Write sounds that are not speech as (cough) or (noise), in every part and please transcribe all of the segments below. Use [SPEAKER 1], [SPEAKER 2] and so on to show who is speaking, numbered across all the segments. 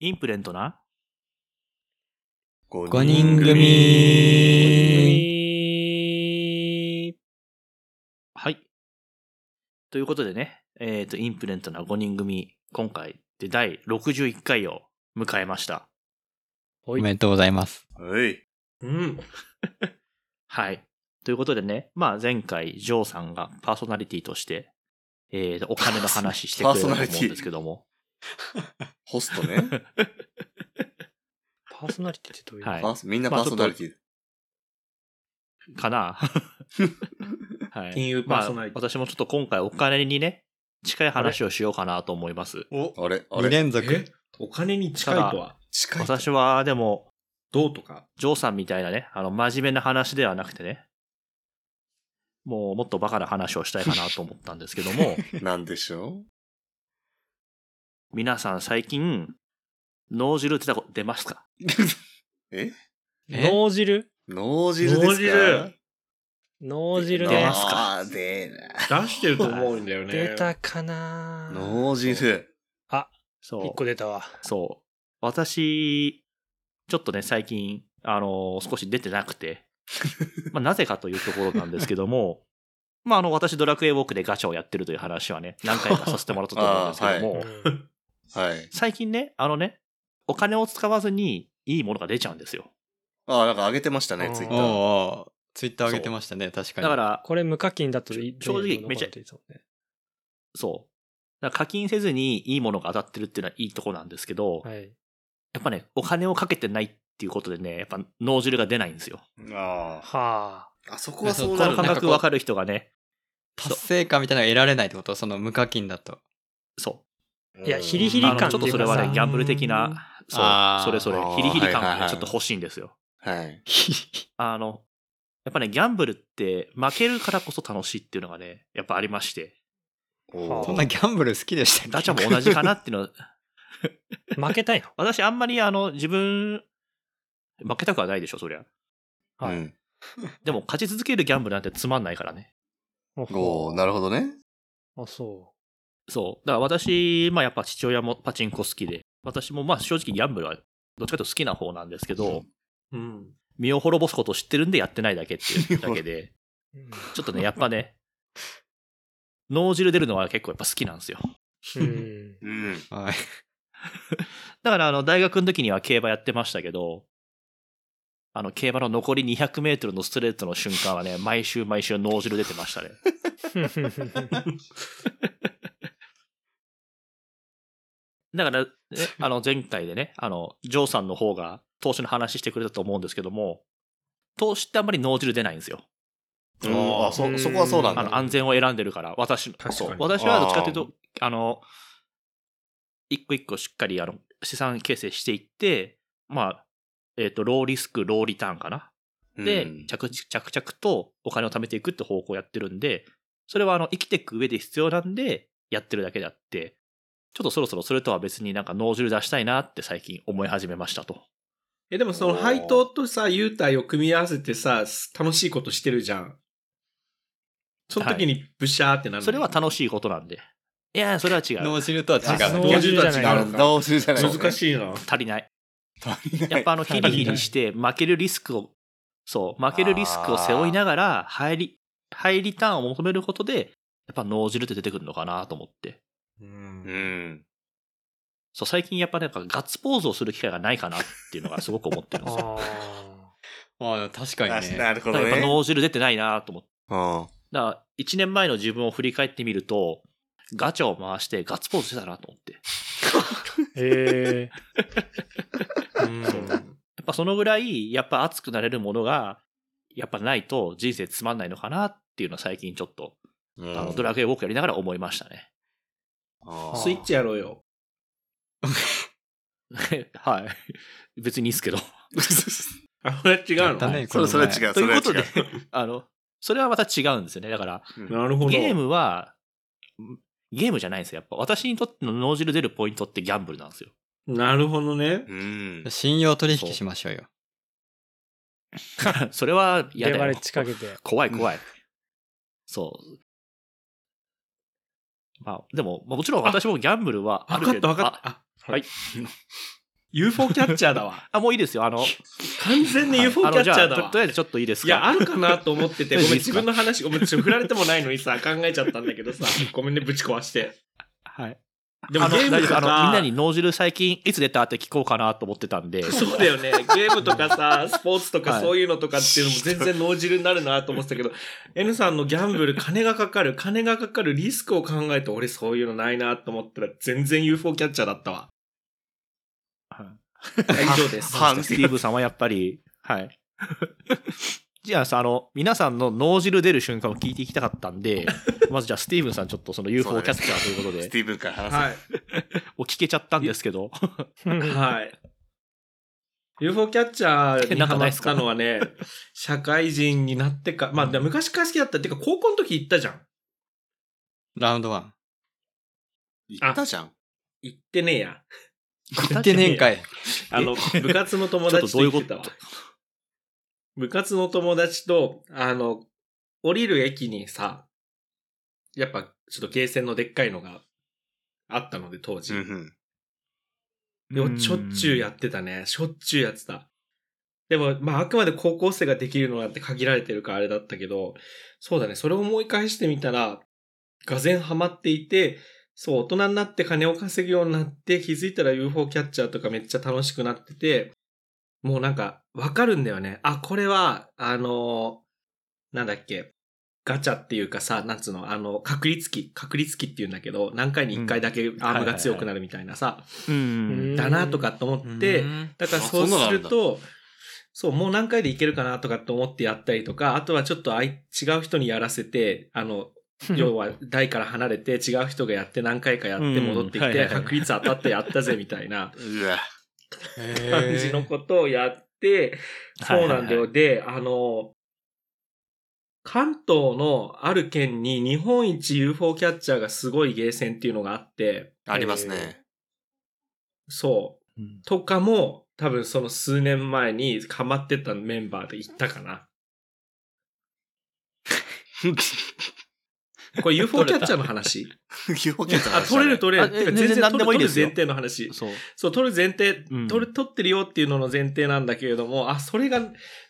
[SPEAKER 1] インプレントな
[SPEAKER 2] 5
[SPEAKER 3] 5人組
[SPEAKER 1] はい。ということでね、えっ、と、インプレントな5人組、今回で第61回を迎えました。
[SPEAKER 3] お
[SPEAKER 4] お
[SPEAKER 3] めでとうございます。
[SPEAKER 2] はい。
[SPEAKER 4] うん。
[SPEAKER 1] はい。ということでね、まあ前回、ジョーさんがパーソナリティとして、えーと、お金の話してくれたと思うんですけども、
[SPEAKER 2] ホストね。
[SPEAKER 4] パーソナリティってどういう、
[SPEAKER 1] はい
[SPEAKER 2] パーソみんな
[SPEAKER 1] まあ
[SPEAKER 2] パーソナリティ。
[SPEAKER 1] かな (laughs) はい。
[SPEAKER 4] 金融パーソナリティ
[SPEAKER 1] まあ私もちょっと今回お金にね、近い話をしようかなと思います。
[SPEAKER 4] お
[SPEAKER 2] あれあ
[SPEAKER 3] 2
[SPEAKER 2] れ
[SPEAKER 3] 連続
[SPEAKER 4] え。お金に近いとは
[SPEAKER 2] 近い。
[SPEAKER 1] 私はでも、
[SPEAKER 4] どうとか。
[SPEAKER 1] ジョーさんみたいなね、あの、真面目な話ではなくてね、もうもっとバカな話をしたいかなと思ったんですけど
[SPEAKER 3] (laughs)
[SPEAKER 1] も、
[SPEAKER 2] なんでしょ
[SPEAKER 1] 皆さん最近、脳汁ってたこと出ますか
[SPEAKER 2] うえ
[SPEAKER 3] え
[SPEAKER 4] 脳汁
[SPEAKER 2] 脳汁ですか
[SPEAKER 4] 脳汁脳汁
[SPEAKER 1] 出
[SPEAKER 4] ね
[SPEAKER 1] ますか
[SPEAKER 2] あー出な。
[SPEAKER 4] 出してると思うんだよね。
[SPEAKER 3] 出たかない
[SPEAKER 2] 脳汁。
[SPEAKER 1] そう。
[SPEAKER 4] 一個出たわ。
[SPEAKER 1] そう。私、ちょっとね、最近、あのー少し出てなく
[SPEAKER 3] (laughs)
[SPEAKER 1] て、まあ、なぜかというところなんですけども、まあ、あの、私、ドラクエウォークでガチャをやってるという話はね、何回かさせてもらったと思うんですけども、
[SPEAKER 4] うん
[SPEAKER 2] はい。
[SPEAKER 1] 最近ね、あのね、お金を使わずにいいものが出ちゃうんですよ。
[SPEAKER 2] ああ、なんか上げてましたね
[SPEAKER 4] う、ん
[SPEAKER 2] ツイッ
[SPEAKER 3] お
[SPEAKER 2] タ
[SPEAKER 3] う
[SPEAKER 2] ー。
[SPEAKER 3] おうツイッター上げてましたね、確かに。
[SPEAKER 1] だから、
[SPEAKER 4] これ無課金だとい
[SPEAKER 1] 正直
[SPEAKER 4] 全部
[SPEAKER 1] めちゃ
[SPEAKER 4] 残るって言ってたもんね
[SPEAKER 1] そう。だから課金せずにいいものが当たってるっていうのはいいとこなんですけど、
[SPEAKER 4] はい。
[SPEAKER 1] やっぱね、お金をかけてないっていうことでね、やっぱ脳汁が出ないんですよ。
[SPEAKER 2] あ
[SPEAKER 4] は
[SPEAKER 2] あ。あそこはそう
[SPEAKER 1] こ
[SPEAKER 2] な
[SPEAKER 1] の
[SPEAKER 2] る
[SPEAKER 1] 感
[SPEAKER 2] ね。
[SPEAKER 1] 覚わかる人がね、
[SPEAKER 3] 達成感みたいなのが得られないってことその無課金だと。
[SPEAKER 1] そう。
[SPEAKER 4] あ。いや、ヒリヒリ
[SPEAKER 1] あの
[SPEAKER 4] 感
[SPEAKER 1] ちょっ
[SPEAKER 4] って
[SPEAKER 1] と
[SPEAKER 4] いう
[SPEAKER 1] そ
[SPEAKER 4] か
[SPEAKER 1] れは
[SPEAKER 4] さ
[SPEAKER 1] ね、ギャンブル的な、そう
[SPEAKER 3] あ、ー
[SPEAKER 1] それそれ
[SPEAKER 2] あ、ー
[SPEAKER 1] ヒリヒリ感
[SPEAKER 2] はいはいは
[SPEAKER 1] が
[SPEAKER 2] い
[SPEAKER 1] ちょっと欲しいんですよ。
[SPEAKER 2] はい。
[SPEAKER 1] あの、やっぱね、ギャンブルって負けるからこそ楽しいっていうのがね、やっぱありまして、
[SPEAKER 2] お
[SPEAKER 4] は
[SPEAKER 3] そ
[SPEAKER 2] ー
[SPEAKER 3] んなギャンブル好きでしたっけ
[SPEAKER 1] ガチャも同じかなっていうのは、
[SPEAKER 4] 負けたいの。
[SPEAKER 1] 私あんまりあの、自分、負けたくはないでしょ、そりゃ。
[SPEAKER 2] う
[SPEAKER 4] はい。
[SPEAKER 2] ん。
[SPEAKER 1] でも、勝ち続けるギャンブルなんてつまんないからね。
[SPEAKER 2] おーなるほどね。
[SPEAKER 4] あ、そ
[SPEAKER 1] そう。だから私、まあやっぱ父親もパチンコ好きで、私もまあ正直ギャンブルはどっちかというと好きな方なんですけど、
[SPEAKER 4] う。うん。
[SPEAKER 1] 身を滅ぼすことを知ってるんでやってないだけっていうだけで、
[SPEAKER 4] うん
[SPEAKER 1] ちょっとね、やっぱね、脳汁出るのは結構やっぱ好きなんですよ。
[SPEAKER 4] うん。
[SPEAKER 2] うん。
[SPEAKER 3] はい。
[SPEAKER 1] だからあの、大学の時には競馬やってましたけど、あの、競馬の残り200メートルのストレートの瞬間はね、毎週毎週脳汁出てましたね。だから、ね、あの、前回でね、あの、ジョーさんの方が投資の話してくれたと思うんですけども、投資ってあんまり脳汁出ないんですよ。
[SPEAKER 2] うんあ、そ、そこはそうなん
[SPEAKER 1] あ
[SPEAKER 2] だ。
[SPEAKER 1] の、安全を選んでるから、私の、
[SPEAKER 4] (laughs) 確かに
[SPEAKER 1] そう私はどっちかというと、あの、一個一個しっかり、あの、資産形成していって、まあ、えっ、と、ローリスク、ローリターンかな。で、
[SPEAKER 2] うん
[SPEAKER 1] 着々着々とお金を貯めていくって方向をやってるんで、それはあの生きていく上で必要なんでやってるだけであって、ちょっとそろそろそれとは別になんか脳汁出したいなって最近思い始めましたと。
[SPEAKER 5] え、でもその配当とさ、優待を組み合わせてさ、楽しいことしてるじゃん。その時にブシャーってなる、
[SPEAKER 1] それは楽しいことなんで。いや、それは違う。
[SPEAKER 3] 脳汁とは違
[SPEAKER 2] あ
[SPEAKER 3] う。
[SPEAKER 2] 脳汁
[SPEAKER 4] じゃない
[SPEAKER 2] なるほど脳汁じゃない。
[SPEAKER 5] 難しいな。
[SPEAKER 1] 足りない。
[SPEAKER 2] (laughs) 足りない。
[SPEAKER 1] やっぱあの、ヒリヒリして負けるリスクを、そう、負けるリスクを背負いながら、入り、入りターンを求めることで、やっぱ脳汁って出てくるのかなと思って。
[SPEAKER 4] う。
[SPEAKER 2] うんん。
[SPEAKER 1] そう、最近やっぱなんかガッツポーズをする機会がないかなっていうのがすごく思ってるんですよ。
[SPEAKER 4] あ
[SPEAKER 3] ああ確か
[SPEAKER 2] あ
[SPEAKER 3] に
[SPEAKER 2] (laughs)
[SPEAKER 3] ね。
[SPEAKER 2] なるほ
[SPEAKER 1] だ
[SPEAKER 2] ど
[SPEAKER 1] からやっぱ
[SPEAKER 2] ね。
[SPEAKER 1] 脳汁出てないなと思って。
[SPEAKER 2] うん。
[SPEAKER 1] だから、1年前の自分を振り返ってみると、ガチャを回してガッツポーズしてたなと思って。や
[SPEAKER 4] ーへえ。
[SPEAKER 5] うん。
[SPEAKER 1] っぱそのぐらい、やっぱ熱くなれるものが、やっぱないと人生つまんないのかなっていうのは最近ちょっと、
[SPEAKER 2] う
[SPEAKER 1] あの、
[SPEAKER 2] ん
[SPEAKER 1] ドラクエウォークやりながら思いましたね。 (laughs)
[SPEAKER 2] あ
[SPEAKER 5] スイッチやろうよ。
[SPEAKER 1] はい。別にいいっす
[SPEAKER 2] (laughs)
[SPEAKER 1] けど。
[SPEAKER 2] ー
[SPEAKER 5] あ、これ違うの
[SPEAKER 3] だね
[SPEAKER 2] それ、それは違う。
[SPEAKER 1] と
[SPEAKER 2] そ
[SPEAKER 1] い
[SPEAKER 2] れは
[SPEAKER 1] う
[SPEAKER 2] 違
[SPEAKER 1] ことで、 (laughs) あの、それはまた違うんですよね。だから、
[SPEAKER 5] なるほど。
[SPEAKER 1] ゲームは、ゲームじゃないんですよ。やっぱ私にとっての脳汁出るポイントってギャンブルなんですよ。 (laughs)
[SPEAKER 5] なるほどね。
[SPEAKER 2] うん。
[SPEAKER 3] 信用取引しましょうよ。
[SPEAKER 1] それは嫌
[SPEAKER 4] レ
[SPEAKER 1] だ
[SPEAKER 4] バレ
[SPEAKER 1] よ
[SPEAKER 4] ッ。ジかけて。
[SPEAKER 1] 怖い怖
[SPEAKER 5] (laughs)
[SPEAKER 1] い。そう。まあ、でも、まあもちろん私もギャンブルはあ
[SPEAKER 5] わ
[SPEAKER 1] る
[SPEAKER 5] かっ
[SPEAKER 1] けど、
[SPEAKER 5] たわかった。あ
[SPEAKER 1] はい
[SPEAKER 5] UFO キャッチャーだわ。
[SPEAKER 1] あ、もういいですよ。あの、
[SPEAKER 5] 完全に UFO キ
[SPEAKER 1] あの
[SPEAKER 5] ャッチ
[SPEAKER 1] じゃ
[SPEAKER 5] ャ
[SPEAKER 1] あ
[SPEAKER 5] ーだ
[SPEAKER 1] と
[SPEAKER 5] わ
[SPEAKER 1] と。りあえずちょっといいです
[SPEAKER 5] い
[SPEAKER 1] か
[SPEAKER 5] や、あるかなと思ってて、ごめ
[SPEAKER 1] い
[SPEAKER 5] ん、
[SPEAKER 1] いっ
[SPEAKER 5] 自
[SPEAKER 1] すか
[SPEAKER 5] 分の話、ごめん、ちょっと振られてもないのにさ、考えちゃったんだけどさ、ごめんね、ぶち壊して。
[SPEAKER 1] はい。
[SPEAKER 5] でも
[SPEAKER 1] あの
[SPEAKER 5] ゲーム
[SPEAKER 1] 大
[SPEAKER 5] と
[SPEAKER 1] 丈夫
[SPEAKER 5] か
[SPEAKER 1] あの、みんな
[SPEAKER 5] さ、
[SPEAKER 1] に脳汁最近いつ出たって聞こうかなと思ってたんで。
[SPEAKER 5] (laughs) そうだよね、ゲームとかさ、スポーツと
[SPEAKER 1] は
[SPEAKER 5] か
[SPEAKER 1] い
[SPEAKER 5] そういうのとかっていうのも全然脳汁になるなと思ってたけど、N さんのギャンブル、金がかかる、金がかかるリスクを考えて、俺そういうのないなと思ったら、全然 UFO キャッチャーだったわ。
[SPEAKER 1] はい
[SPEAKER 5] 以上です。
[SPEAKER 2] 反
[SPEAKER 1] スティーブさんはやっぱり、はい。 (laughs) じゃあさ、あの、皆さんの脳汁出る瞬間を聞いていきたかったんで、まずじゃあ、スティーブンさん、ちょっとその UFO キャッチャーということ
[SPEAKER 2] ス
[SPEAKER 1] で、
[SPEAKER 2] ティーブンから話せ。
[SPEAKER 5] はい。
[SPEAKER 1] お聞けちゃったんですけど、
[SPEAKER 5] はい。UFO キャッチャーに
[SPEAKER 1] なん
[SPEAKER 5] ハ
[SPEAKER 1] かな
[SPEAKER 5] マ
[SPEAKER 1] い
[SPEAKER 5] っ
[SPEAKER 1] っすか
[SPEAKER 5] たのはね、社会人になってか、まあでも昔から好きだった。てか高校の時行ったじゃん。
[SPEAKER 3] ラウンド1。
[SPEAKER 2] 言ったじゃん。
[SPEAKER 5] 行ってねえや。
[SPEAKER 3] 行ってねえんかい。
[SPEAKER 5] あの、部活の友達と行ってたわ。部活の友達と、あの、降りる駅にさ、やっぱちょっとゲーセンのでっかいのがあったので当時。
[SPEAKER 2] うん
[SPEAKER 5] でもしょっちゅうやってたね。しょっちゅうやってた。でも、まあ、あくまで高校生ができるのなんて限られてるからあれだったけど、そうだね。それを思い返してみたら、がぜんハマっていて、そう、大人になって金を稼ぐようになって、気づいたら UFO キャッチャーとかめっちゃ楽しくなってて、もうなんか、わかるんだよね。あ、これは、あのーなんだっけ、ガチャっていうかさ、なんつうの、あの、確率機、確率機って言うんだけど、何回に1回だけアームが強くなるみたいなさ、
[SPEAKER 1] うん。
[SPEAKER 5] だなとかと思
[SPEAKER 3] うん
[SPEAKER 5] って、だから
[SPEAKER 2] あ
[SPEAKER 5] そ
[SPEAKER 2] そ
[SPEAKER 5] う
[SPEAKER 2] んなの
[SPEAKER 5] す
[SPEAKER 2] あ
[SPEAKER 5] る
[SPEAKER 2] るんだ
[SPEAKER 5] と、そう、もう何回でいけるかなとかと思ってやったりとか、あとはちょっとあい違う人にやらせて、あの、要は台から離れて違う人がやって何回かやって
[SPEAKER 1] うん
[SPEAKER 5] 戻って
[SPEAKER 1] は
[SPEAKER 5] き
[SPEAKER 1] いはい
[SPEAKER 5] て、
[SPEAKER 1] はい
[SPEAKER 5] 確率当たってやったぜみたいな
[SPEAKER 2] うん。うわ。
[SPEAKER 5] 感じのことをやって、そう
[SPEAKER 1] はい
[SPEAKER 5] なんだ
[SPEAKER 1] はいは
[SPEAKER 5] よ。で、あの、関東のある県に日本一 UFO キャッチャーがすごいゲーセンっていうのがあって、
[SPEAKER 2] ありますね。
[SPEAKER 5] そう、
[SPEAKER 1] うん
[SPEAKER 5] とかも、多分その数年前にハマってたメンバーで行ったかな。これ UFO キャッチャーの話
[SPEAKER 2] UFO キャッチャー
[SPEAKER 5] あ、取れる取れ
[SPEAKER 1] あ
[SPEAKER 5] る。てか
[SPEAKER 1] 全然
[SPEAKER 5] 全然
[SPEAKER 1] 何でもいい
[SPEAKER 5] 取る
[SPEAKER 1] ですよ
[SPEAKER 5] 取る前提の話。
[SPEAKER 1] そう。
[SPEAKER 5] そう、取る前提、
[SPEAKER 1] うん
[SPEAKER 5] 取る、取ってるよっていうのの前提なんだけれども、あ、それが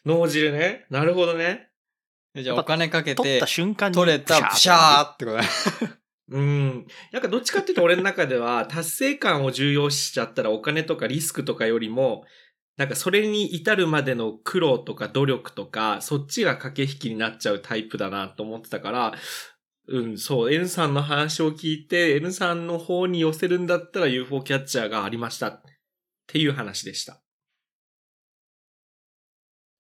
[SPEAKER 5] 脳汁ね。なるほどね。
[SPEAKER 3] じゃあお金かけ
[SPEAKER 1] 取ってた、瞬間に。
[SPEAKER 3] 取れた、プシャーってことだ
[SPEAKER 5] うん。なんかどっちかっていうと俺の中
[SPEAKER 1] (laughs)
[SPEAKER 5] では、達成感を重要視しちゃったらお金とかリスクとかよりも、なんかそれに至るまでの苦労とか努力とか、そっちが駆け引きになっちゃうタイプだなと思ってたから、うん、そう、N さんの話を聞いて、N さんの方に寄せるんだったら UFO キャッチャーがありました。っていう話でした。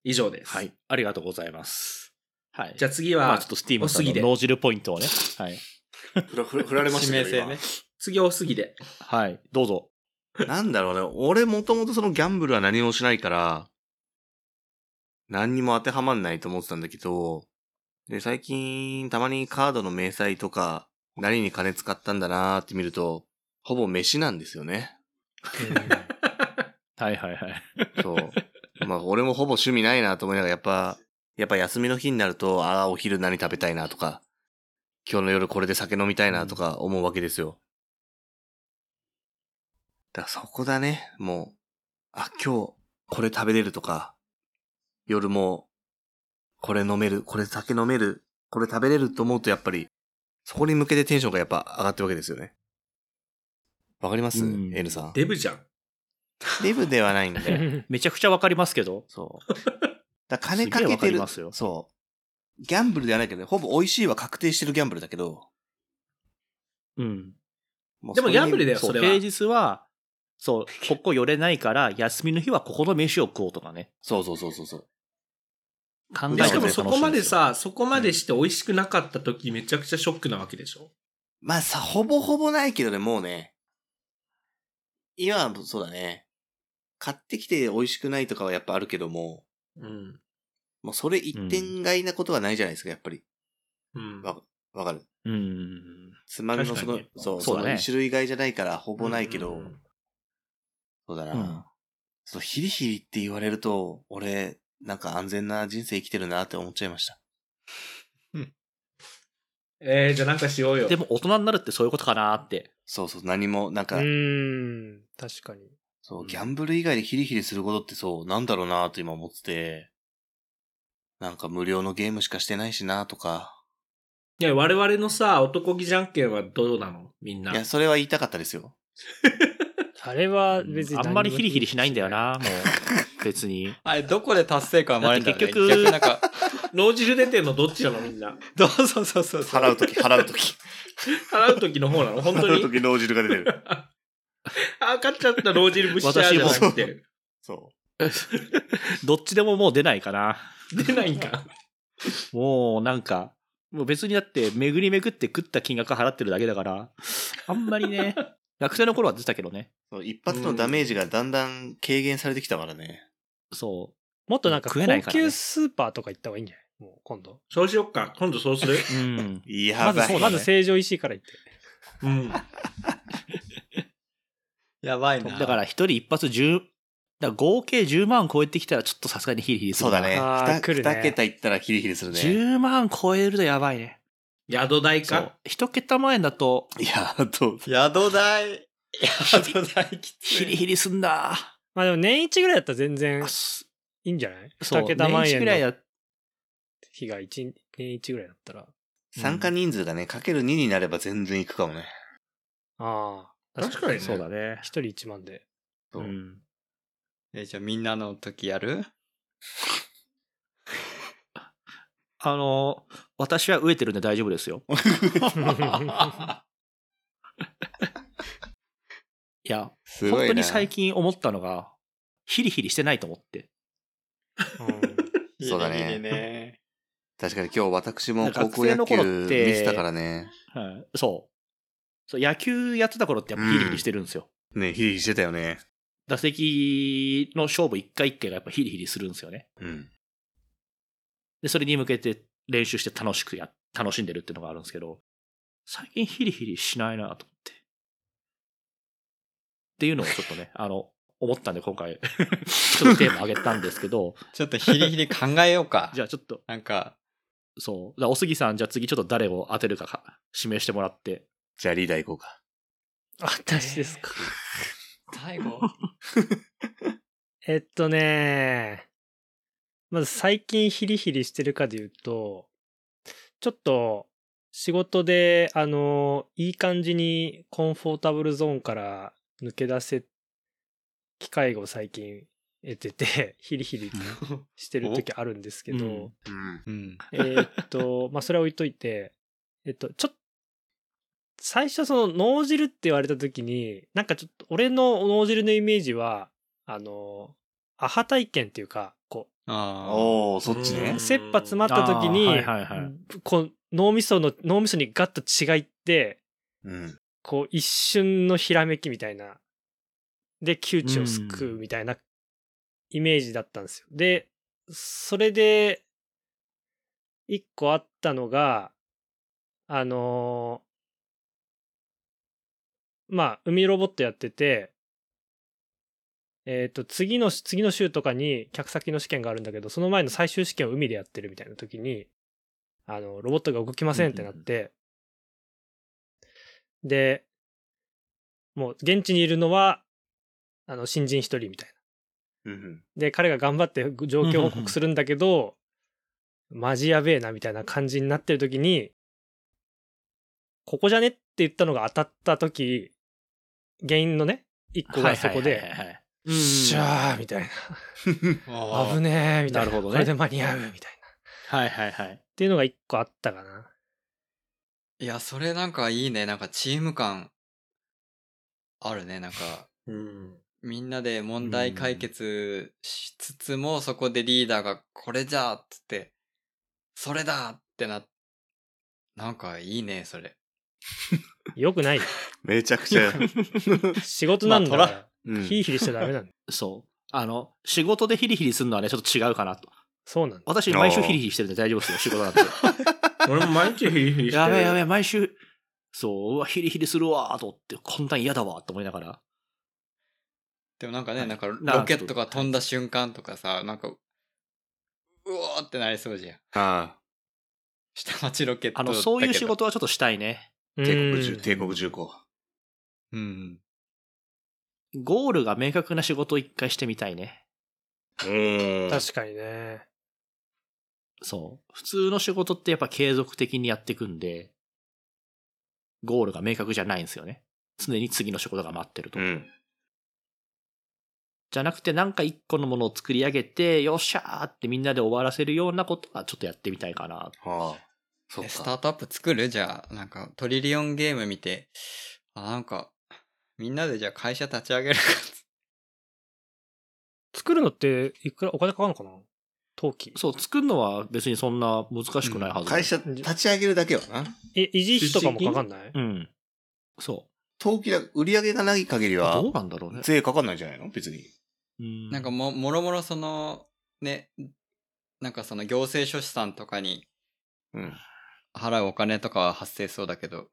[SPEAKER 5] 以上です。
[SPEAKER 1] はい。ありがとうございます。はい。
[SPEAKER 5] じゃあ次
[SPEAKER 1] まあ
[SPEAKER 5] は
[SPEAKER 1] ちょっ、とスティーブンさん
[SPEAKER 5] おすぎ
[SPEAKER 1] の
[SPEAKER 5] で
[SPEAKER 1] 脳汁ポイントをね。はい。
[SPEAKER 2] 振ら振ら振られました
[SPEAKER 3] 指名
[SPEAKER 2] けど
[SPEAKER 3] 制ね。
[SPEAKER 5] 次はおすぎで。
[SPEAKER 1] はい。どうぞ。
[SPEAKER 2] 今なんだろうね。俺もともとそのギャンブルは何もしないから、何にも当てはまんないと思ってたんだけど、で、最近たまにカードの明細とか、何に金使ったんだなーって見ると、ほぼ飯なんですよね。
[SPEAKER 1] はいはいはい。
[SPEAKER 2] そう。まあ、俺もほぼ趣味ないなと思いながら、やっぱ、やっぱ休みの日になると、ああ、お昼何食べたいなとか、今日の夜これで酒飲みたいなとか思うわけですよ。だからそこだね、もう、あ、今日これ食べれるとか、夜もこれ飲める、これ酒飲める、これ食べれると思うとやっぱり、そこに向けてテンションがやっぱ上がってるわけですよね。わかります、
[SPEAKER 1] うん
[SPEAKER 2] ?N さん。
[SPEAKER 5] デブじゃん。
[SPEAKER 2] デブではないんだよ。
[SPEAKER 1] めちゃくちゃわかりますけど。
[SPEAKER 2] そう。だから金かけ
[SPEAKER 1] すげえわか
[SPEAKER 2] て
[SPEAKER 1] り
[SPEAKER 2] る
[SPEAKER 1] ますよ。
[SPEAKER 2] そう。ギャンブルではないけど、ほぼ美味しいは確定してるギャンブルだけど。
[SPEAKER 1] うん。
[SPEAKER 2] う
[SPEAKER 5] でも
[SPEAKER 2] それ
[SPEAKER 5] ギャンブルだよ、
[SPEAKER 1] そ
[SPEAKER 5] そうれ
[SPEAKER 1] 平
[SPEAKER 5] は。
[SPEAKER 1] 日は、そう、ここ寄れないから、休みの日はここの飯を食おうとかね。
[SPEAKER 2] そうそうそうそうそう。
[SPEAKER 1] 考え
[SPEAKER 2] い
[SPEAKER 1] て
[SPEAKER 2] や
[SPEAKER 5] しかも
[SPEAKER 2] ね
[SPEAKER 5] そこま
[SPEAKER 1] 楽し
[SPEAKER 5] で
[SPEAKER 1] いんすよ、
[SPEAKER 5] さ、そこまでして美味しくなかった時めちゃくちゃショックなわけでしょ
[SPEAKER 2] まあさ、ほぼほぼないけどね、もうね。今はそうだね。買ってきて美味しくないとかはやっぱあるけども、
[SPEAKER 5] うん。
[SPEAKER 2] もうそれ一点買いなことはないじゃないですか、やっぱり。
[SPEAKER 5] うん。
[SPEAKER 2] わわかる。
[SPEAKER 1] うん。
[SPEAKER 2] つまみのその、
[SPEAKER 5] 確かに
[SPEAKER 2] そう、
[SPEAKER 1] そう
[SPEAKER 2] そ
[SPEAKER 1] だね
[SPEAKER 2] の一種類買いじゃないから、ほぼないけど、
[SPEAKER 5] うん
[SPEAKER 2] そうだな。
[SPEAKER 1] うん
[SPEAKER 2] そう、ヒリヒリって言われると、俺、なんか安全な人生生きてるなって思っちゃいました。
[SPEAKER 5] えー、じゃあなんかしようよ。
[SPEAKER 1] でも大人になるってそういうことかなって。
[SPEAKER 2] そうそう、何も、なんか、
[SPEAKER 4] うん。確かに。
[SPEAKER 2] そう、ギャンブル以外でヒリヒリすることってそう、なんだろうなと今思ってて、なんか無料のゲームしかしてないしなとか、
[SPEAKER 5] いや、我々のさ、男気じゃんけんはどうなのみんな。
[SPEAKER 2] いや、それは言いたかったですよ。
[SPEAKER 4] あれは別に
[SPEAKER 1] あ
[SPEAKER 4] 何も
[SPEAKER 1] んまりヒリヒリしないんだよな、もう。別に。
[SPEAKER 3] あれ、どこで達成感生まれたの
[SPEAKER 1] だって結局
[SPEAKER 3] 逆になんか、
[SPEAKER 5] 脳汁出てんのどっちなのみんな。
[SPEAKER 3] どうそうそうそうそう。
[SPEAKER 2] 払うとき、払うとき。
[SPEAKER 5] 払う時
[SPEAKER 1] (laughs)
[SPEAKER 5] の方なの本当
[SPEAKER 2] 払うと
[SPEAKER 5] に。
[SPEAKER 2] き脳汁が出てる。
[SPEAKER 5] あ、買っちゃった脳汁ぶしちゃうじゃなくて。
[SPEAKER 2] そ
[SPEAKER 1] どっちでももう出ないかな。
[SPEAKER 5] 出ないんか。
[SPEAKER 1] もうなんか、もう別にだって、巡り巡って食った金額払ってるだけだから、あんまりね、学生の頃は出てたけどね。
[SPEAKER 2] うそう。一発のダメージがだんだん軽減されてきたからね。
[SPEAKER 1] そ
[SPEAKER 4] もっとなんか
[SPEAKER 1] 食えないか
[SPEAKER 4] 高
[SPEAKER 1] らね
[SPEAKER 4] 級スーパーとか行った方がいいんじゃないもう今度。
[SPEAKER 5] そうしよっか。今度そうする。
[SPEAKER 1] う。うん。
[SPEAKER 2] や
[SPEAKER 4] まず
[SPEAKER 2] ば
[SPEAKER 4] そう、
[SPEAKER 2] い。
[SPEAKER 4] まず成城石井から行って。
[SPEAKER 5] うん。
[SPEAKER 3] やばいな。
[SPEAKER 1] だから一人一発10、だから合計10万超えてきたらちょっとさすがにヒリヒリす
[SPEAKER 2] そ
[SPEAKER 1] る
[SPEAKER 2] う
[SPEAKER 1] な
[SPEAKER 2] だね。
[SPEAKER 4] あー
[SPEAKER 2] 二
[SPEAKER 4] 来るね
[SPEAKER 2] 二桁いったらヒリヒリするね。
[SPEAKER 1] 10万超えるとやばいね。
[SPEAKER 5] 宿代
[SPEAKER 1] そ
[SPEAKER 5] か
[SPEAKER 1] う。。一桁前だと、
[SPEAKER 2] いや、あと、
[SPEAKER 3] 宿代。宿代きつい。
[SPEAKER 1] ヒリヒリすんだ。
[SPEAKER 4] まあでも年一ぐらいだったら全然
[SPEAKER 1] あす
[SPEAKER 4] いいんじゃない
[SPEAKER 1] そう、
[SPEAKER 4] 二桁万
[SPEAKER 1] 年一
[SPEAKER 4] 円
[SPEAKER 1] ぐらい
[SPEAKER 4] の
[SPEAKER 1] だ
[SPEAKER 4] 日が一年一ぐらいだったら。
[SPEAKER 2] 参加人数がね、かける2になれば全然いくかもね。
[SPEAKER 4] ああ。
[SPEAKER 5] 確かにね。
[SPEAKER 1] そうだね。
[SPEAKER 4] 一人
[SPEAKER 1] (laughs)
[SPEAKER 4] 一万で。
[SPEAKER 2] そう
[SPEAKER 1] うん。
[SPEAKER 3] え、じゃあみんなの時や (laughs) る
[SPEAKER 1] あの、私は飢えてるんで大丈夫ですよ。いや、
[SPEAKER 2] すご
[SPEAKER 1] 本
[SPEAKER 2] いな
[SPEAKER 1] 当に最近思ったのが、ヒリヒリしてないと思って。
[SPEAKER 2] そうだね
[SPEAKER 3] ギリギリね
[SPEAKER 2] 確かに今日私も
[SPEAKER 1] なんか
[SPEAKER 2] 高校野
[SPEAKER 1] 学生の頃
[SPEAKER 2] 球
[SPEAKER 1] っ
[SPEAKER 2] 見
[SPEAKER 1] て
[SPEAKER 2] てたからね。
[SPEAKER 1] はい。そう。そう野球やってた頃ってやっぱヒリヒリしてるんですよ。
[SPEAKER 2] ね、ヒリヒリしてたよね。
[SPEAKER 1] 打席の勝負一回一回がやっぱヒリヒリするんですよね。
[SPEAKER 2] うん。
[SPEAKER 1] で、それに向けて練習して楽しくや、楽しんでるっていうのがあるんですけど、最近ヒリヒリしないなと思って。っていうのをちょっ (laughs) とね、あの、思ったんで今回、 (laughs) ちょっとテーマ上げたんですけど、
[SPEAKER 3] ちょっとヒリヒリ考えようか。
[SPEAKER 1] (laughs) じゃあちょっと、
[SPEAKER 3] なんか、
[SPEAKER 1] そう。だからおすぎさん、じゃあ次ちょっと誰を当てるかか指名してもらって。
[SPEAKER 2] じゃあリーダー行こうか。
[SPEAKER 4] 私ですか。
[SPEAKER 3] 最後
[SPEAKER 4] (laughs) えっとね、まず最近ヒリヒリしてるかで言うと、ちょっと仕事で、あの、いい感じにコンフォータブルゾーンから抜け出せ、機会を最近得てて、 (laughs) ヒリヒリしてる時あるんですけど、
[SPEAKER 1] うん
[SPEAKER 2] うん。
[SPEAKER 3] うん。
[SPEAKER 4] えーっと、 (laughs) まあ、それは置いといて、えっと、ちょっ、最初その脳汁って言われた時に、なんかちょっと、俺の脳汁のイメージは、あの、アハ体験っていうか、こ
[SPEAKER 3] あ
[SPEAKER 2] おー、そっち
[SPEAKER 5] う
[SPEAKER 2] ね
[SPEAKER 5] ん
[SPEAKER 4] う、。切羽詰まった時に、
[SPEAKER 1] あーはいはいはい
[SPEAKER 4] こう、脳みその、脳みそにガッと血がいって、
[SPEAKER 2] うん。
[SPEAKER 4] こう、一瞬のひらめきみたいな、で、窮地を救うみたいなイメージだったんですよ。で、それで、一個あったのが、あのーまあ、海ロボットやってて、えっ、と、次の、次の週とかに客先の試験があるんだけど、その前の最終試験を海でやってるみたいな時に、あの、ロボットが動きませんってなって、で、もう現地にいるのは、あの、新人一人みたいな。
[SPEAKER 2] うん。
[SPEAKER 4] で、彼が頑張って状況報告するんだけど、マジやべえなみたいな感じになってる時に、ここじゃねって言ったのが当たった時、原因のね、一個がそこ
[SPEAKER 1] はい
[SPEAKER 4] で、
[SPEAKER 1] はいはいはい
[SPEAKER 4] よっしゃーみたいな。
[SPEAKER 3] あ
[SPEAKER 4] 危ねえみたいな。
[SPEAKER 1] なるほどね
[SPEAKER 4] これで間に合うみたいな。っ
[SPEAKER 1] はいはいはい。
[SPEAKER 4] ていうのが一個あったかな。
[SPEAKER 3] いや、それなんかいいね。なんかチーム感あるね。なんか、
[SPEAKER 5] うん。
[SPEAKER 3] みんなで問題解決しつつも、そこでリーダーが、これじゃあっつって、それだってな、なんかいいね、それ。
[SPEAKER 4] よく
[SPEAKER 1] (laughs)
[SPEAKER 4] ないよ。
[SPEAKER 2] めちゃくちゃ。
[SPEAKER 4] 仕事なんだか
[SPEAKER 3] まあ
[SPEAKER 4] ら、
[SPEAKER 2] うん
[SPEAKER 4] ヒリヒリしちゃダメなんだよ。
[SPEAKER 1] そう。あの、仕事でヒリヒリするのはね、ちょっと違うかなと。
[SPEAKER 4] そうなんだ。
[SPEAKER 1] 私、毎週ヒリヒリしてるんで大丈夫ですよ、仕事なんて。
[SPEAKER 5] 俺も毎日ヒリヒリしてる。
[SPEAKER 1] やべえやべえ、毎週、そう、うわ、ヒリヒリするわーと思って、こんなん嫌だわーと思いながら。
[SPEAKER 3] でもなんか
[SPEAKER 1] は
[SPEAKER 3] ね、
[SPEAKER 1] い
[SPEAKER 3] なんか
[SPEAKER 1] な
[SPEAKER 3] ロケットが飛んだ瞬間とかさ、なんか、うおーってなりそうじゃん。
[SPEAKER 2] ああ。
[SPEAKER 3] 下町ロケット
[SPEAKER 1] あ
[SPEAKER 3] だけ
[SPEAKER 1] の、
[SPEAKER 3] ど
[SPEAKER 1] そういう仕。事はちょっとしたいね。
[SPEAKER 4] う
[SPEAKER 2] 帝国
[SPEAKER 4] ん
[SPEAKER 2] 重帝国重工。
[SPEAKER 3] うん。
[SPEAKER 1] ゴールが明確な仕事を一回してみたいね。
[SPEAKER 2] うん。
[SPEAKER 4] 確かにね。
[SPEAKER 1] そう。普通の仕事ってやっぱ継続的にやっていくんで、ゴールが明確じゃないんですよね。常に次の仕事が待ってると。
[SPEAKER 2] うん。
[SPEAKER 1] じゃなくてなんか一個のものを作り上げて、よっしゃーってみんなで終わらせるようなことはちょっとやってみたいかな。
[SPEAKER 2] はあ。そっ
[SPEAKER 3] えスター
[SPEAKER 2] か。
[SPEAKER 3] トアップ作るじゃあ、なんかトリリオンゲーム見て、あ、なんか、みんなでじゃあ会社立ち上げるか
[SPEAKER 4] 作るのって、いくらお金かかるのかな陶器。
[SPEAKER 1] そう、作るのは別にそんな難しくないはず、
[SPEAKER 2] 会。社立ち上げるだけはな。
[SPEAKER 4] え、維持費とかもかかんない
[SPEAKER 1] うん。そ
[SPEAKER 2] 登記だ、売り上げがない限り
[SPEAKER 1] う。
[SPEAKER 2] は
[SPEAKER 1] どう、なんだろうね。
[SPEAKER 2] 税かかんないんじゃないの別に。
[SPEAKER 1] うん
[SPEAKER 3] なんかも、もろもろその、ね、なんかその行政書士さんとかに
[SPEAKER 2] うん。
[SPEAKER 3] 払うお金とかは発生そうだけど、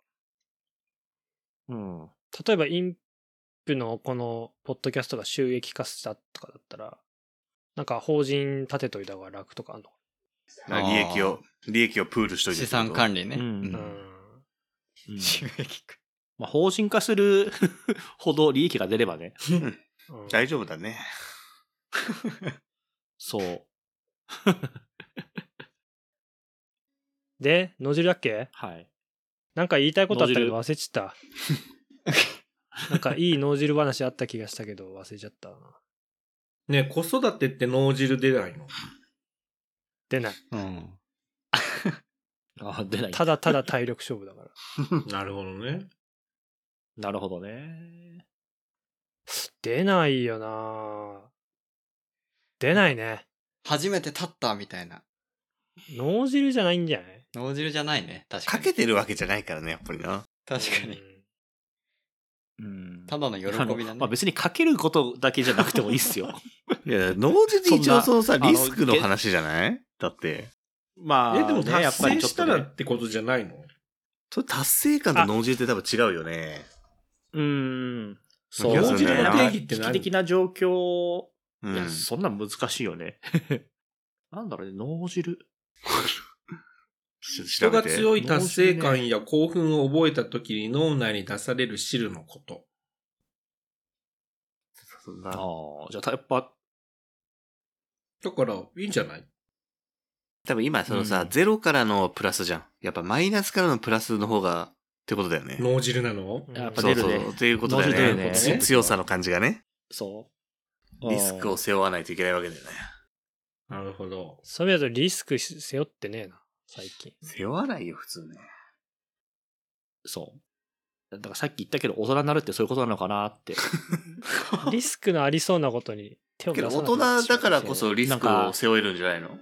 [SPEAKER 1] うん。
[SPEAKER 4] 例えば、インプのこの、ポッドキャストが収益化したとかだったら、なんか法人立てといた方が楽とかあんの
[SPEAKER 2] な
[SPEAKER 3] あー
[SPEAKER 2] 利益を、利益をプールしといて。
[SPEAKER 3] 資産管理ね。
[SPEAKER 1] うん
[SPEAKER 4] う
[SPEAKER 1] うん
[SPEAKER 4] ん。
[SPEAKER 1] うん
[SPEAKER 3] 収益化
[SPEAKER 1] (laughs) まあ、法人化する (laughs) ほど利益が出ればね。
[SPEAKER 4] うん
[SPEAKER 2] 大丈夫だね。
[SPEAKER 1] そう。
[SPEAKER 4] で、野汁だっけ
[SPEAKER 1] はい。
[SPEAKER 4] なんか言いたいことあったけど
[SPEAKER 1] 脳
[SPEAKER 4] 忘れちった。
[SPEAKER 1] (laughs)
[SPEAKER 4] なんかいい脳汁話あった気がしたけど忘れちゃったな。
[SPEAKER 5] ね子育てって脳汁出ないの
[SPEAKER 4] 出ない。
[SPEAKER 3] うん。
[SPEAKER 1] あ出ない。
[SPEAKER 4] ただただ体力勝負だから。
[SPEAKER 5] なるほどね。
[SPEAKER 1] なるほどね。
[SPEAKER 4] 出ないよな出ないね。
[SPEAKER 3] 初めて立ったみたいな。
[SPEAKER 4] 脳汁じゃないんじゃない
[SPEAKER 3] 脳汁じゃないね。確か
[SPEAKER 2] か
[SPEAKER 3] に。
[SPEAKER 2] けてるわけじゃないからね、やっぱりな。
[SPEAKER 3] 確か
[SPEAKER 4] う
[SPEAKER 3] に。
[SPEAKER 4] ん
[SPEAKER 1] うん
[SPEAKER 3] ただの喜びだ
[SPEAKER 1] あの
[SPEAKER 3] ね。
[SPEAKER 1] まあ、別にかけることだけじゃなくてもいいっすよ。
[SPEAKER 2] いや、脳術一応そのさ、
[SPEAKER 1] そんな
[SPEAKER 2] リスクの
[SPEAKER 1] あの
[SPEAKER 2] 話じゃないだって。
[SPEAKER 1] まあ、
[SPEAKER 5] え、でも
[SPEAKER 1] ねやっ
[SPEAKER 5] 達
[SPEAKER 1] ぱり
[SPEAKER 5] 成
[SPEAKER 1] ちょ
[SPEAKER 5] し
[SPEAKER 1] っと
[SPEAKER 5] た
[SPEAKER 1] ね
[SPEAKER 5] らってことじゃないの
[SPEAKER 2] それ達成感と脳汁って多分違うよね。
[SPEAKER 1] うん。そう。
[SPEAKER 2] 脳汁の定
[SPEAKER 5] 義って何
[SPEAKER 1] 危機的な状況、
[SPEAKER 2] う
[SPEAKER 1] いや、
[SPEAKER 2] ん。
[SPEAKER 1] そんなん難しいよね。 (laughs) なんだろうね、脳汁。
[SPEAKER 2] し
[SPEAKER 5] 人
[SPEAKER 2] 調べ
[SPEAKER 5] が
[SPEAKER 2] て。
[SPEAKER 5] 強い達成感や興奮を覚えた時に脳内に出される汁のこと。
[SPEAKER 2] そん
[SPEAKER 1] あ
[SPEAKER 2] な
[SPEAKER 1] あ、じゃあやっぱ、
[SPEAKER 5] だから、いいんじゃない
[SPEAKER 2] 多分今そのさ、
[SPEAKER 5] うん
[SPEAKER 2] ゼロからのプラスじゃん。やっぱマイナスからのプラスの方が、ってことだよね。
[SPEAKER 5] 脳汁なの
[SPEAKER 1] やっぱ
[SPEAKER 2] そう
[SPEAKER 1] 出る
[SPEAKER 2] そう
[SPEAKER 1] ね。
[SPEAKER 2] っていうことだ
[SPEAKER 1] 脳汁
[SPEAKER 2] よ
[SPEAKER 1] 出る
[SPEAKER 2] ね。
[SPEAKER 1] ね
[SPEAKER 2] つ強さの感じがね。
[SPEAKER 1] そう。
[SPEAKER 2] リスクを背負わないといけないわけだよね。
[SPEAKER 5] なるほど。
[SPEAKER 4] そういう意味だとリスクし背負ってねえな、最近。
[SPEAKER 2] 背負わないよ、普通ね。
[SPEAKER 1] そう。だからさっき言ったけど、大人になるってそういうことなのかな
[SPEAKER 4] (laughs)
[SPEAKER 1] って。
[SPEAKER 2] (laughs)
[SPEAKER 4] リスクのありそうなことに手を
[SPEAKER 2] け
[SPEAKER 4] 出
[SPEAKER 2] ど
[SPEAKER 4] さな
[SPEAKER 2] 大
[SPEAKER 4] くなっ
[SPEAKER 2] 人
[SPEAKER 4] てしま
[SPEAKER 2] だ
[SPEAKER 4] う
[SPEAKER 2] からこそリスクを背負えるんじゃないの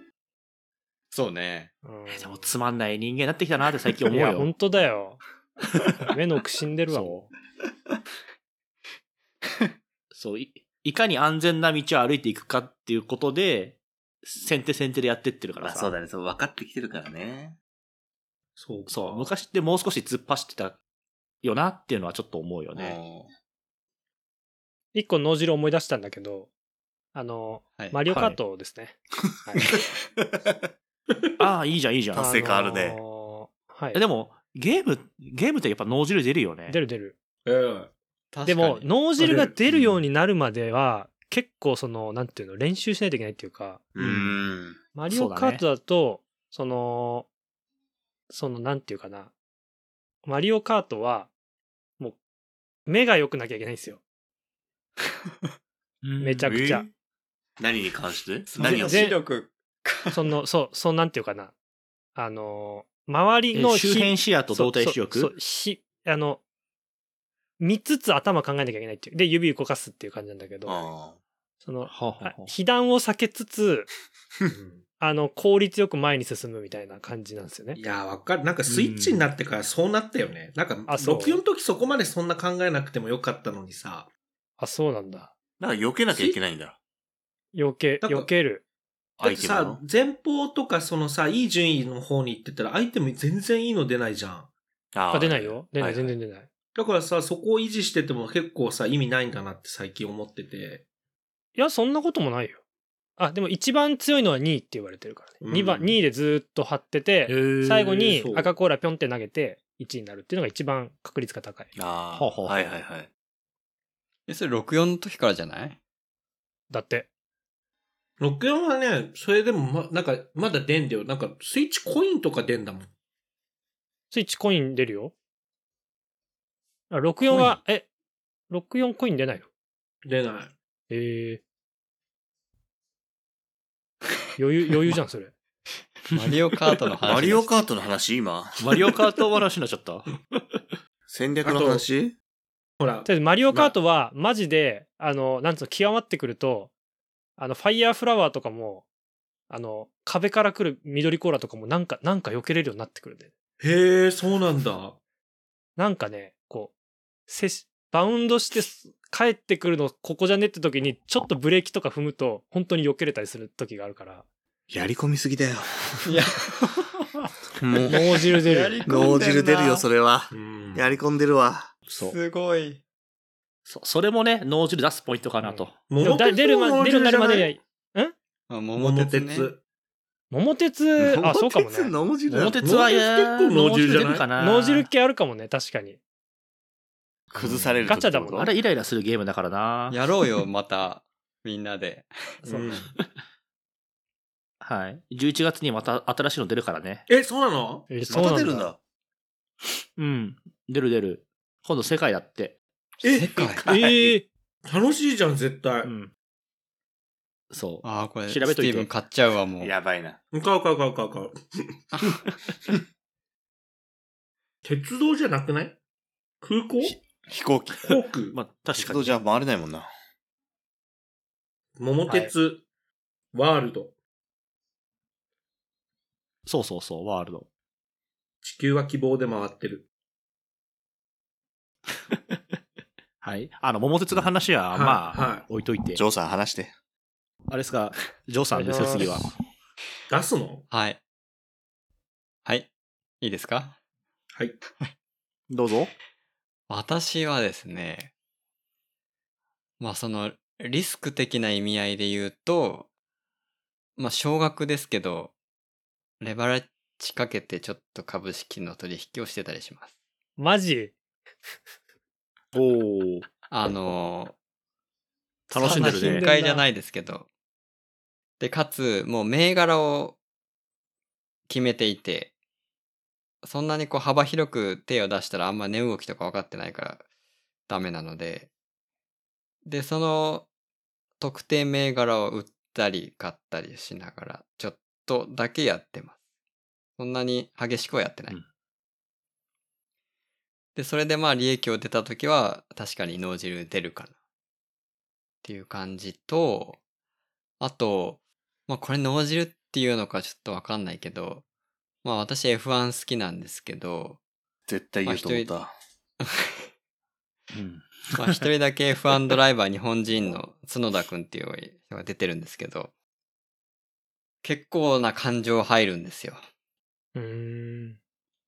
[SPEAKER 3] そうね。
[SPEAKER 4] うん
[SPEAKER 1] えでもつまんない人間になってきたなって最近思う
[SPEAKER 4] いや、
[SPEAKER 1] よ
[SPEAKER 4] 本。当だよ。
[SPEAKER 2] (laughs)
[SPEAKER 4] 目のくしんでるわ。も
[SPEAKER 1] そうい、いかに安全な道を歩いていくかっていうことで、先手先手でやってってるからさ。
[SPEAKER 2] だね、そう、分かってきてるからね。
[SPEAKER 5] そうか
[SPEAKER 1] そう。昔ってもう少し突っ走ってたよなっていうのはちょっと思うよね。
[SPEAKER 4] う一個脳汁思い出したんだけど、あの、
[SPEAKER 3] はい
[SPEAKER 4] マリオカートですね。
[SPEAKER 1] ああ、いいじゃん、いいじゃん。
[SPEAKER 2] (laughs) 達成感あるね
[SPEAKER 4] のーはい。
[SPEAKER 1] えでも、ゲーム、ゲームってやっぱ脳汁出るよね。
[SPEAKER 4] 出る出る。
[SPEAKER 5] ええ
[SPEAKER 3] 確か
[SPEAKER 4] で
[SPEAKER 3] に。
[SPEAKER 4] も、脳汁が出るようになるまでは、結構その、なんていうの、練習しないといけないっていうか、
[SPEAKER 2] うーん。
[SPEAKER 4] マリオカートだと、その、その、なんていうかな。マリオカートは、もう、目が良くなきゃいけないんですよ。
[SPEAKER 1] うん
[SPEAKER 4] めちゃくちゃ。
[SPEAKER 2] 何に関して
[SPEAKER 3] そ
[SPEAKER 2] 何
[SPEAKER 3] の
[SPEAKER 2] を
[SPEAKER 4] で
[SPEAKER 3] 視力、
[SPEAKER 4] その、そう、そうなんていうかな。あのー、周り
[SPEAKER 1] え
[SPEAKER 4] の
[SPEAKER 1] 周辺視野と動体視
[SPEAKER 4] そうそう
[SPEAKER 1] 力
[SPEAKER 4] そうひあの、見つつ頭考えなきゃいけないっていう。で、指動かすっていう感じなんだけど、
[SPEAKER 2] あ
[SPEAKER 4] その、
[SPEAKER 1] は
[SPEAKER 4] あ被弾を避けつつ、あの、効率よく前に進むみたいな感じなんですよ
[SPEAKER 5] い
[SPEAKER 4] ね。
[SPEAKER 5] や、わかる。なんかスイッチになってからそうなったよね。なんか、
[SPEAKER 4] あそう
[SPEAKER 5] 64の時そこまでそんな考えなくてもよかったのにさ。
[SPEAKER 4] あ、そうなんだ。
[SPEAKER 2] あ。なんか避けなきゃいけないんだ。
[SPEAKER 4] 避け、
[SPEAKER 5] なんか
[SPEAKER 4] 避ける。
[SPEAKER 5] だっ
[SPEAKER 2] アイ
[SPEAKER 5] て
[SPEAKER 2] テムの
[SPEAKER 5] さ、前方とかそのさ、いい順位の方に行ってたら、アイテム全然いいの出ないじゃん。
[SPEAKER 2] あ
[SPEAKER 4] あ、
[SPEAKER 2] ー
[SPEAKER 4] 出ないよ。出ない、
[SPEAKER 2] はは
[SPEAKER 4] 全然出ない。
[SPEAKER 5] だからさ、そこを維持してても結構さ、意味ないんだなって最近思ってて。
[SPEAKER 4] いや、そんなこともないよ。あ、でも一番強いのは2位って言われてるから
[SPEAKER 5] う
[SPEAKER 4] ね。
[SPEAKER 5] ん
[SPEAKER 4] 2番、2位でずーっと張ってて、最後に赤コーラピョンって投げて1位になるっていうのが一番確率が高い。
[SPEAKER 2] あ
[SPEAKER 1] ほうほう
[SPEAKER 2] あ。
[SPEAKER 1] ほう
[SPEAKER 2] はいはいはい。
[SPEAKER 3] え、それ64の時からじゃない
[SPEAKER 4] だって。
[SPEAKER 5] 64はね、それでもま、なんか、まだ出んだよ。なんか、スイッチコインとか出んだもん。
[SPEAKER 4] スイッチコイン出るよ。あ、64は、え、64コイン出ないの
[SPEAKER 5] 出ない。
[SPEAKER 4] えー、余裕、余裕じゃん、それ。
[SPEAKER 3] マリオカートの話。
[SPEAKER 2] マリオカートの話今
[SPEAKER 1] マリオカート話になっちゃ
[SPEAKER 4] (laughs)
[SPEAKER 1] った。
[SPEAKER 2] 戦略の話
[SPEAKER 5] ほ
[SPEAKER 4] と、
[SPEAKER 5] ら
[SPEAKER 4] りあえずマリオカートはマジで、あの、なんつうの、極まってくると、あの、ファイヤーフラワーとかも、あの、壁から来る緑コーラとかもなんか、なんか避けれるようになってくるんで。
[SPEAKER 5] へえ、そうなんだ。
[SPEAKER 4] なんかね、こう、せし、バウンドしてす帰ってくるのここじゃねって時に、ちょっとブレーキとか踏むと、本当に避けれたりする時があるから、
[SPEAKER 2] やり込みすぎだよ。
[SPEAKER 3] いや、
[SPEAKER 2] もう、
[SPEAKER 4] 脳汁出るよね。
[SPEAKER 2] 脳汁出るよ、それは
[SPEAKER 5] う。ん。
[SPEAKER 2] やり込んでるわ。
[SPEAKER 1] そう。
[SPEAKER 3] すごい。
[SPEAKER 1] そそれもね、脳汁出すポイントかなと。
[SPEAKER 5] も
[SPEAKER 4] でもだ出るま、出るようになるまでに
[SPEAKER 5] や
[SPEAKER 4] は、
[SPEAKER 3] あ
[SPEAKER 5] 桃
[SPEAKER 3] 桃鉄、
[SPEAKER 5] 鉄
[SPEAKER 3] ね。。
[SPEAKER 4] 桃鉄、あ、そうかもね。
[SPEAKER 2] 脳汁だ
[SPEAKER 1] 桃
[SPEAKER 2] よ。
[SPEAKER 1] 鉄はいや
[SPEAKER 5] 桃鉄結構脳汁じゃない
[SPEAKER 1] 出るかな
[SPEAKER 4] 脳汁系あるかもね、確かに。
[SPEAKER 2] 崩される。
[SPEAKER 4] ガチャだもん
[SPEAKER 1] あれイライラするゲームだからな。
[SPEAKER 3] やろうよ、また。みんな
[SPEAKER 1] (laughs)
[SPEAKER 3] で。
[SPEAKER 4] そう
[SPEAKER 5] うん
[SPEAKER 1] はい。11月にまた新しいの出るからね。
[SPEAKER 5] え、そうなの
[SPEAKER 4] えそ
[SPEAKER 2] ま
[SPEAKER 4] うなん
[SPEAKER 2] た
[SPEAKER 4] だ
[SPEAKER 2] 出るんだ。
[SPEAKER 1] うん。出る出る。今度世界だって。
[SPEAKER 5] え
[SPEAKER 3] 世界。
[SPEAKER 4] ええ
[SPEAKER 5] 楽しいじゃん、絶対
[SPEAKER 1] う。ん。そう。
[SPEAKER 3] ああ、これ、
[SPEAKER 1] 調べといて
[SPEAKER 3] スティーブン買っちゃうわ、もう。
[SPEAKER 2] やばいな。
[SPEAKER 5] 買う買う買う買う買う。鉄道じゃなくない空港
[SPEAKER 2] 飛行機。
[SPEAKER 5] 航空、
[SPEAKER 1] まあ、確
[SPEAKER 2] 鉄
[SPEAKER 1] か
[SPEAKER 2] 道
[SPEAKER 1] に。
[SPEAKER 2] じゃ回れないもんな。
[SPEAKER 5] 桃鉄、ワールド、
[SPEAKER 1] そうそうそう、ワールド。
[SPEAKER 5] 地球は希望で回ってる。
[SPEAKER 1] はい。あの、桃鉄の話は、
[SPEAKER 5] はい
[SPEAKER 1] まあ、
[SPEAKER 5] はい
[SPEAKER 1] 置いといて
[SPEAKER 2] ジ。ョーさん話して。
[SPEAKER 1] あれですが、ジョーさんですよ、
[SPEAKER 4] お願い
[SPEAKER 1] 次
[SPEAKER 4] しま
[SPEAKER 1] は
[SPEAKER 4] す。
[SPEAKER 5] 出すの
[SPEAKER 3] はい。はい。いいですか
[SPEAKER 5] はい。
[SPEAKER 1] どうぞ。
[SPEAKER 3] 私はですね、まあそのリスク的な意味合いで言うと、まあ少額ですけど、レバレッジかけてちょっと株式の取引をしてたりします。
[SPEAKER 4] マジ
[SPEAKER 1] おお。
[SPEAKER 3] あのー、
[SPEAKER 1] 楽しんでる
[SPEAKER 4] 楽しん
[SPEAKER 1] ね
[SPEAKER 4] で。
[SPEAKER 3] 回じゃないですけど。で、かつ、もう銘柄を決めていて、そんなにこう幅広く手を出したらあんま値動きとか分かってないからダメなので、で、その特定銘柄を売ったり買ったりしながら、ちょっとだけやってます。そんなに激しくはやってない。
[SPEAKER 1] うん
[SPEAKER 3] で、それでまあ利益を出た時は確かに脳汁出るかな。っていう感じと、あと、まあこれ脳汁っていうのかちょっとわかんないけど、まあ私 F1 好きなんですけど、
[SPEAKER 2] 絶対言うと思った。
[SPEAKER 1] うん
[SPEAKER 3] まあ一人だけ F1 (laughs) ドライバー日本人の角田くんっていう人が出てるんですけど、結構な感情入るんですよ。
[SPEAKER 4] うーん。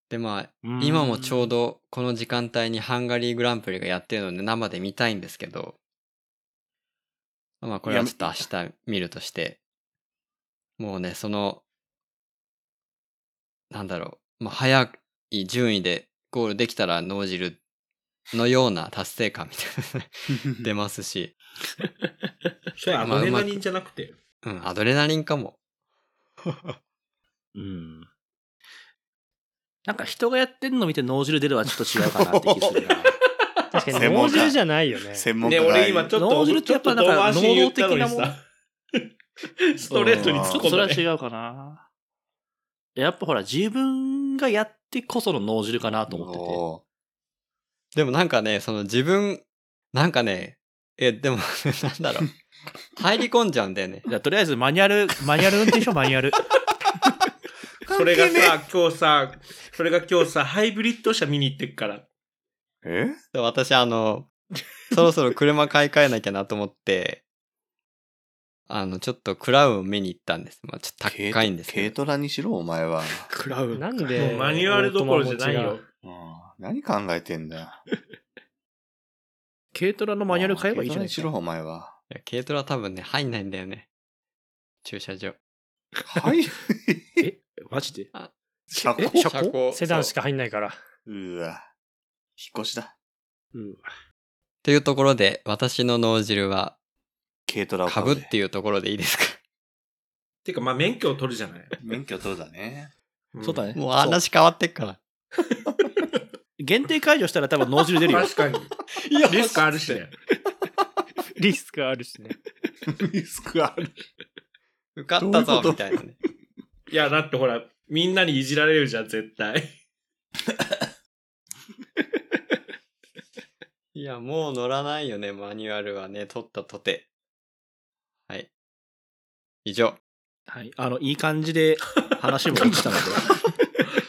[SPEAKER 3] でまあ
[SPEAKER 1] うん
[SPEAKER 3] 今もちょうどこの時間帯にハンガリーグランプリがやってるので生で見たいんですけど、まあこれはちょっと明日見るとして、もうね、その、なんだろう、まあ早い順位でゴールできたら脳汁のような達成感みたいな出ますし、
[SPEAKER 5] それアドレナリンじゃなくて。
[SPEAKER 3] うん、アドレナリンかも。
[SPEAKER 1] うん。なんか人がやってんの見て脳汁出るはちょっと違うかなって気するな。
[SPEAKER 4] 確かに
[SPEAKER 2] 専門
[SPEAKER 4] 脳
[SPEAKER 2] 家
[SPEAKER 4] 汁じゃないよね。
[SPEAKER 2] 専門家
[SPEAKER 5] ね、
[SPEAKER 2] が
[SPEAKER 5] 俺今ちょっと、
[SPEAKER 1] 脳汁ってやっぱなんか
[SPEAKER 5] ちょっと遠回しに言ったのに
[SPEAKER 1] 能動
[SPEAKER 5] さ。ストレートに突
[SPEAKER 1] ちょ
[SPEAKER 5] っ
[SPEAKER 1] っとそれは
[SPEAKER 5] 込んだ、ね。
[SPEAKER 1] 違うかな。やっぱほら、自分がやってこその脳汁かなと思ってて。
[SPEAKER 2] お
[SPEAKER 3] でもなんかね、その自分、なんかね、え、でも、 (laughs) なんだろう、入り込んじゃうんだよね。
[SPEAKER 1] じゃあとりあえずマニュアル、マニュアル (laughs) 運転手マニュア
[SPEAKER 2] (laughs)
[SPEAKER 1] ル。
[SPEAKER 5] それがさ、今日さ、それが今日さ、ハイブリッド車見に行ってっから。
[SPEAKER 2] ーえ
[SPEAKER 3] で私、あの、そろそろ車買い替えなきゃなと思って、 (laughs) あの、ちょっとクラウンを見に行ったんです。まあ、ちょっと高いんですけ
[SPEAKER 2] 軽
[SPEAKER 3] ど。
[SPEAKER 2] トラにしろ、お前は。
[SPEAKER 1] クラウン。
[SPEAKER 4] なん
[SPEAKER 5] も
[SPEAKER 4] で
[SPEAKER 5] うマニュアルどころじゃない
[SPEAKER 4] オートマ
[SPEAKER 5] よ
[SPEAKER 4] も違う。
[SPEAKER 2] うん何考えてんだよ。
[SPEAKER 1] 軽トラのマニュアル買えばいいじゃない
[SPEAKER 2] 軽トラにしろ、お
[SPEAKER 1] (laughs)
[SPEAKER 2] 前は。
[SPEAKER 3] いや軽トラ多分ね、入んないんだよね。駐車場。
[SPEAKER 2] はい。
[SPEAKER 1] マジで
[SPEAKER 2] 車
[SPEAKER 3] (laughs)
[SPEAKER 1] え
[SPEAKER 2] 庫
[SPEAKER 1] 車庫
[SPEAKER 4] セダンしか入んないから。
[SPEAKER 2] うわ。引っ越しだ。
[SPEAKER 1] うん。
[SPEAKER 3] というところで、私の脳汁は、
[SPEAKER 2] 軽トラを買
[SPEAKER 3] 株
[SPEAKER 2] う
[SPEAKER 3] っ
[SPEAKER 2] ぜ
[SPEAKER 3] ていうところでい
[SPEAKER 2] (laughs)
[SPEAKER 3] いですか。
[SPEAKER 5] てか、まあ、免許を取るじゃない。
[SPEAKER 2] 免許取るだね。
[SPEAKER 5] ん
[SPEAKER 1] そうだね。
[SPEAKER 3] もう話変わってっから。
[SPEAKER 1] 限定解除したら多分脳汁出るよ。
[SPEAKER 5] 確かに。
[SPEAKER 3] いや
[SPEAKER 5] リスクあるしね。
[SPEAKER 4] リスクある (laughs) しね。
[SPEAKER 2] リスクある。
[SPEAKER 3] 受かったぞ、
[SPEAKER 2] どういうこと
[SPEAKER 3] みたいなね。
[SPEAKER 5] いや、だってほら、みんなにいじられるじゃん、絶対。
[SPEAKER 3] いや、もう乗らないよね、マニュアルはね、取ったとて。はい。以上。
[SPEAKER 1] はい。あの、いい感じで話もしたの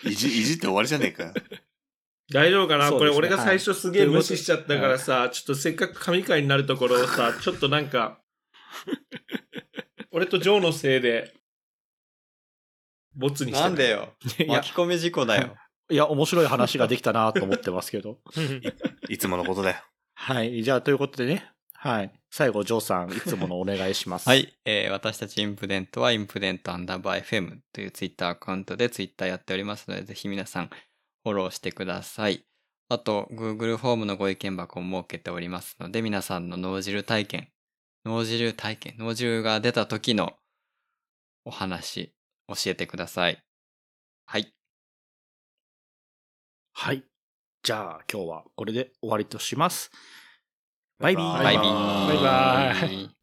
[SPEAKER 1] で。
[SPEAKER 2] いじ、いじって終わりじゃねえかよ。
[SPEAKER 5] 大丈夫かな、
[SPEAKER 1] そう
[SPEAKER 5] こ
[SPEAKER 1] ですね
[SPEAKER 5] れ俺が最初すげえ無視しちゃったからさ、ちょっとせっかく神回になるところをさ、ちょっとな
[SPEAKER 1] (laughs)
[SPEAKER 5] んか、俺とジョーのせいで、ボツにした
[SPEAKER 3] な
[SPEAKER 5] ね、
[SPEAKER 3] ん
[SPEAKER 2] (laughs)
[SPEAKER 3] でよ。 (laughs)
[SPEAKER 1] いや
[SPEAKER 3] 巻、き込み事故だよ。
[SPEAKER 1] いや、面白い話ができたなと思ってますけど。
[SPEAKER 2] いつものことだよ。
[SPEAKER 1] はい。じゃあ、ということでね。はい。最後、ジョーさん、いつものお願いします。
[SPEAKER 3] は。い、えー私たちインプデントはインプデントアンダーバー FM というツイッターアカウントでツイッターやっておりますので、ぜひ皆さんフォローしてください。あと、Google フォームのご意見箱を設けておりますので、皆さんの脳汁体験、脳汁体験、脳汁が出た時のお話、教えてください。はい。
[SPEAKER 1] はい。じゃあ、今日はこれで終わりとします。バイビー。
[SPEAKER 2] バ
[SPEAKER 3] バイビー。
[SPEAKER 4] バイバ
[SPEAKER 3] イ。